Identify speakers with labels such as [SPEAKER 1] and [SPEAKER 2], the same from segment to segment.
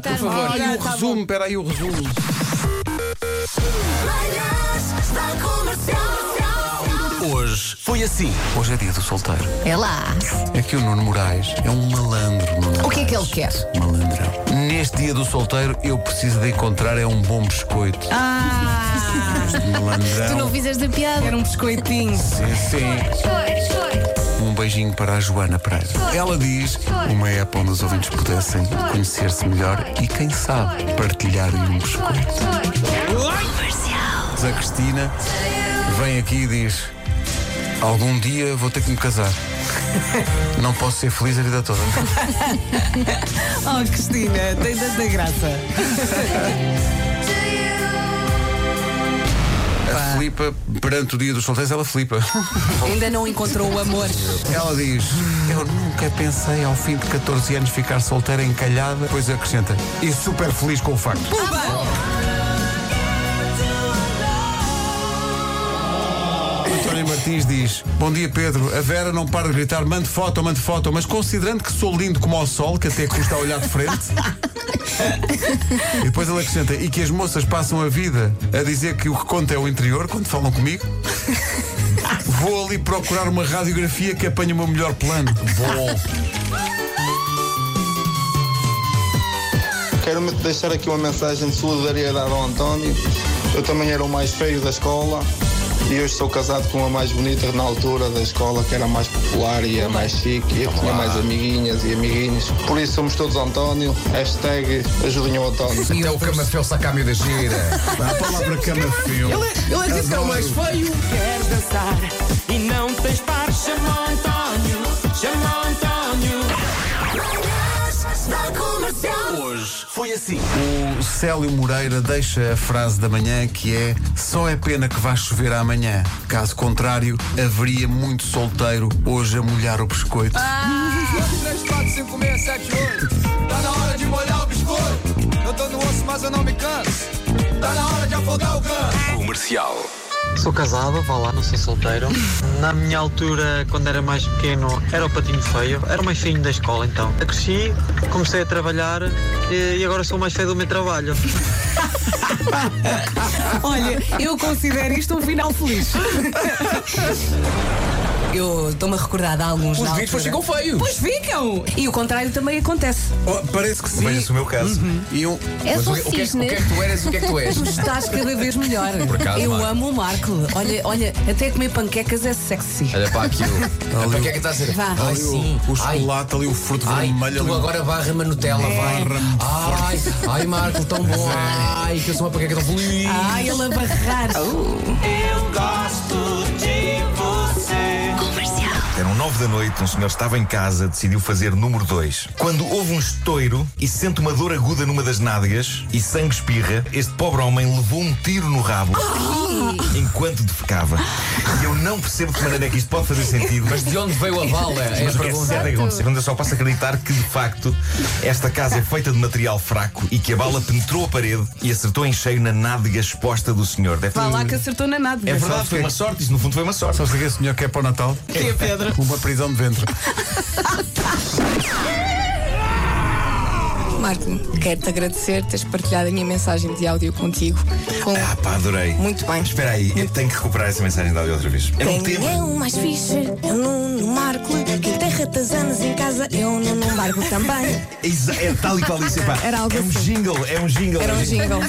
[SPEAKER 1] Tá
[SPEAKER 2] favor.
[SPEAKER 3] um
[SPEAKER 2] tá
[SPEAKER 4] Ah, e o resumo, espera aí o resumo.
[SPEAKER 5] Manhãs da Comercial.
[SPEAKER 6] Hoje foi assim. Hoje é dia do solteiro.
[SPEAKER 2] É lá.
[SPEAKER 4] É que o Nuno Moraes é um malandro. Nuno
[SPEAKER 2] O que é que ele
[SPEAKER 4] Moraes.
[SPEAKER 2] quer?
[SPEAKER 4] Malandrão. Neste dia do solteiro, eu preciso de encontrar é um bom biscoito.
[SPEAKER 1] Ah,
[SPEAKER 4] De Malandrão.
[SPEAKER 2] Tu não fizeste a piada?
[SPEAKER 1] era um biscoitinho.
[SPEAKER 4] Sim, sim. É Um beijinho para a Joana Praia. Ela diz uma app onde os ouvintes pudessem conhecer-se melhor e, quem sabe, partilharem um biscoito. A Cristina vem aqui e diz: Algum dia vou ter que me casar. Não posso ser feliz a vida toda.
[SPEAKER 1] Oh, Cristina, tem tanta graça.
[SPEAKER 4] A Filipa, perante o dia dos solteiros, ela flipa.
[SPEAKER 1] Ainda não encontrou o amor.
[SPEAKER 4] Ela diz: Eu nunca pensei ao fim de 14 anos ficar solteira encalhada. Depois acrescenta: E super feliz com o facto.
[SPEAKER 1] Pumba!
[SPEAKER 4] António Martins diz: Bom dia, Pedro. A Vera não para de gritar: mande foto, mande foto. Mas considerando que sou lindo como ao sol, que até custa olhar de frente. e depois ele acrescenta: E que as moças passam a vida a dizer que o que conta é o interior, quando falam comigo. Vou ali procurar uma radiografia que apanhe o meu melhor plano. Bom.
[SPEAKER 7] Quero-me deixar aqui uma mensagem de solidariedade ao António. Eu também era o mais feio da escola e hoje sou casado com a mais bonita na altura da escola, que era a mais popular e a mais chique, e eu tinha mais amiguinhas e amiguinhos. Por isso somos todos António. Hashtag ajudem o António.
[SPEAKER 3] Até o camafeu saca a da gira.
[SPEAKER 4] A palavra camafeu.
[SPEAKER 1] Ele é que disse que era o mais feio.
[SPEAKER 8] Queres dançar e não tens par, chama o António, chama o António.
[SPEAKER 5] Manhãs da Comercial.
[SPEAKER 6] Hoje foi assim.
[SPEAKER 4] O Célio Moreira deixa a frase da manhã que é Só é pena que vai chover amanhã. Caso contrário, haveria muito solteiro hoje a molhar o biscoito.
[SPEAKER 1] Ah!
[SPEAKER 6] Comercial.
[SPEAKER 9] Sou casado, vá lá, não sou solteiro. Na minha altura, quando era mais pequeno, era o patinho feio, era o mais feinho da escola então. Cresci, comecei a trabalhar e e agora sou o mais feio do meu trabalho.
[SPEAKER 1] Olha, eu considero isto um final feliz. Eu estou-me a recordar de alguns.
[SPEAKER 3] Os
[SPEAKER 1] na
[SPEAKER 3] vídeos depois
[SPEAKER 1] altura.
[SPEAKER 3] ficam feios.
[SPEAKER 1] Pois ficam! E o contrário também acontece.
[SPEAKER 4] Oh, parece que sim.
[SPEAKER 3] Bem, esse é o meu caso.
[SPEAKER 4] E um,
[SPEAKER 2] É
[SPEAKER 3] Mas
[SPEAKER 2] só
[SPEAKER 3] o, que, o, que é,
[SPEAKER 2] cisne.
[SPEAKER 3] o que é que tu eras e o que é que tu és?
[SPEAKER 1] Tu estás cada vez melhor.
[SPEAKER 3] acaso,
[SPEAKER 1] eu
[SPEAKER 3] Marco.
[SPEAKER 1] amo o Marco. Olha, olha, até comer panquecas é sexy.
[SPEAKER 3] Olha para aquilo. Olha para o que é que estás a dizer?
[SPEAKER 1] Vá.
[SPEAKER 3] Ai,
[SPEAKER 4] ali o,
[SPEAKER 3] sim.
[SPEAKER 4] o
[SPEAKER 3] Ai,
[SPEAKER 4] chocolate, ali o fruto
[SPEAKER 3] Ai,
[SPEAKER 4] vermelho. ali
[SPEAKER 3] tu
[SPEAKER 4] o-
[SPEAKER 3] agora barra-me a Nutella, vai.
[SPEAKER 4] Barra-me
[SPEAKER 3] Ai, ai, Marco, tão bom. Ai, que eu sou uma panqueca tão feliz.
[SPEAKER 1] Ai, ele a barrar.
[SPEAKER 8] Eu gosto de você.
[SPEAKER 10] Eram nove da noite, um senhor estava em casa, decidiu fazer número dois. Quando houve um estouro e sente uma dor aguda numa das nádegas e sangue espirra, este pobre homem levou um tiro no rabo enquanto defecava. E eu não percebo de que maneira é que isto pode fazer sentido, mas.
[SPEAKER 3] Mas de onde veio a bala? É a
[SPEAKER 10] Mas o que é
[SPEAKER 3] pergunta.
[SPEAKER 10] certo é que aconteceu. Eu só posso acreditar que, de facto, esta casa é feita de material fraco e que a bala penetrou a parede e acertou em cheio na nádega exposta do senhor. Deve ter- um-
[SPEAKER 1] Vá lá que acertou na nada.
[SPEAKER 10] É verdade, foi uma sorte. Isso, no fundo, foi uma sorte.
[SPEAKER 4] Sabes o que é que esse senhor quer para o Natal?
[SPEAKER 1] Que Pedro.
[SPEAKER 4] Uma prisão de ventre.
[SPEAKER 11] Martin, quero-te agradecer teres partilhado a minha mensagem de áudio contigo. Com...
[SPEAKER 10] Ah, pá, adorei.
[SPEAKER 11] Muito bem.
[SPEAKER 10] Espera aí, eu tenho que recuperar essa mensagem da áudio outra vez. É um tema.
[SPEAKER 11] é o mais fixe, é o Nuno Marco, que enterra tazanas em casa, é o Nuno Marco também.
[SPEAKER 10] É, exa- é tal e qual isso. epá.
[SPEAKER 11] Era algo
[SPEAKER 10] é um
[SPEAKER 11] assim.
[SPEAKER 10] jingle, é um jingle.
[SPEAKER 11] Era um jingle.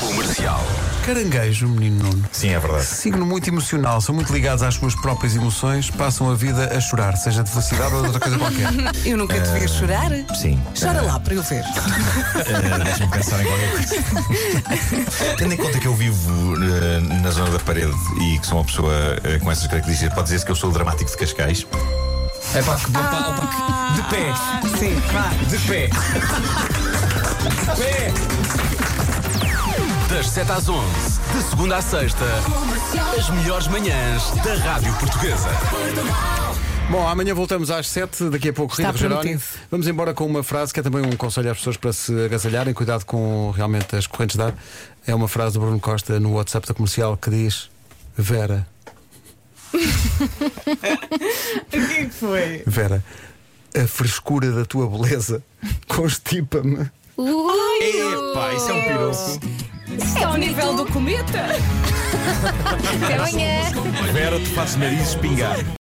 [SPEAKER 6] Comercial.
[SPEAKER 4] Caranguejo, menino Nuno.
[SPEAKER 10] Sim, é verdade.
[SPEAKER 4] Signo muito emocional, são muito ligados às suas próprias emoções, passam a vida a chorar, seja de felicidade ou de outra coisa qualquer.
[SPEAKER 1] Eu nunca te vi a chorar.
[SPEAKER 10] Sim.
[SPEAKER 1] Chora lá para eu ver.
[SPEAKER 10] Eh, Deixa-me pensar em qualquer coisa. Tendo em conta que eu vivo eh, na zona da parede e que sou uma pessoa eh, com essas características, pode dizer-se que eu sou o dramático de Cascais.
[SPEAKER 3] É pá, que- pá, pá, que- de pé.
[SPEAKER 1] Ah, Sim, vá.
[SPEAKER 3] De pé. Pé.
[SPEAKER 6] Das 7 às 11, de segunda à sexta, as melhores manhãs da Rádio Portuguesa.
[SPEAKER 4] Bom, amanhã voltamos às 7, daqui a pouco
[SPEAKER 1] Está
[SPEAKER 4] Rita Rogeroni.
[SPEAKER 1] prometido.
[SPEAKER 4] Vamos embora com uma frase que é também um conselho às pessoas para se agasalharem, cuidado com realmente as correntes de ar. É uma frase do Bruno Costa no WhatsApp da comercial que diz: Vera,
[SPEAKER 1] O que é que foi?
[SPEAKER 4] Vera, a frescura da tua beleza constipa-me.
[SPEAKER 10] Epá, isso é um piroco.
[SPEAKER 2] É ao nível do cometa. Até amanhã.
[SPEAKER 10] Vera, tu fazes nariz espingar.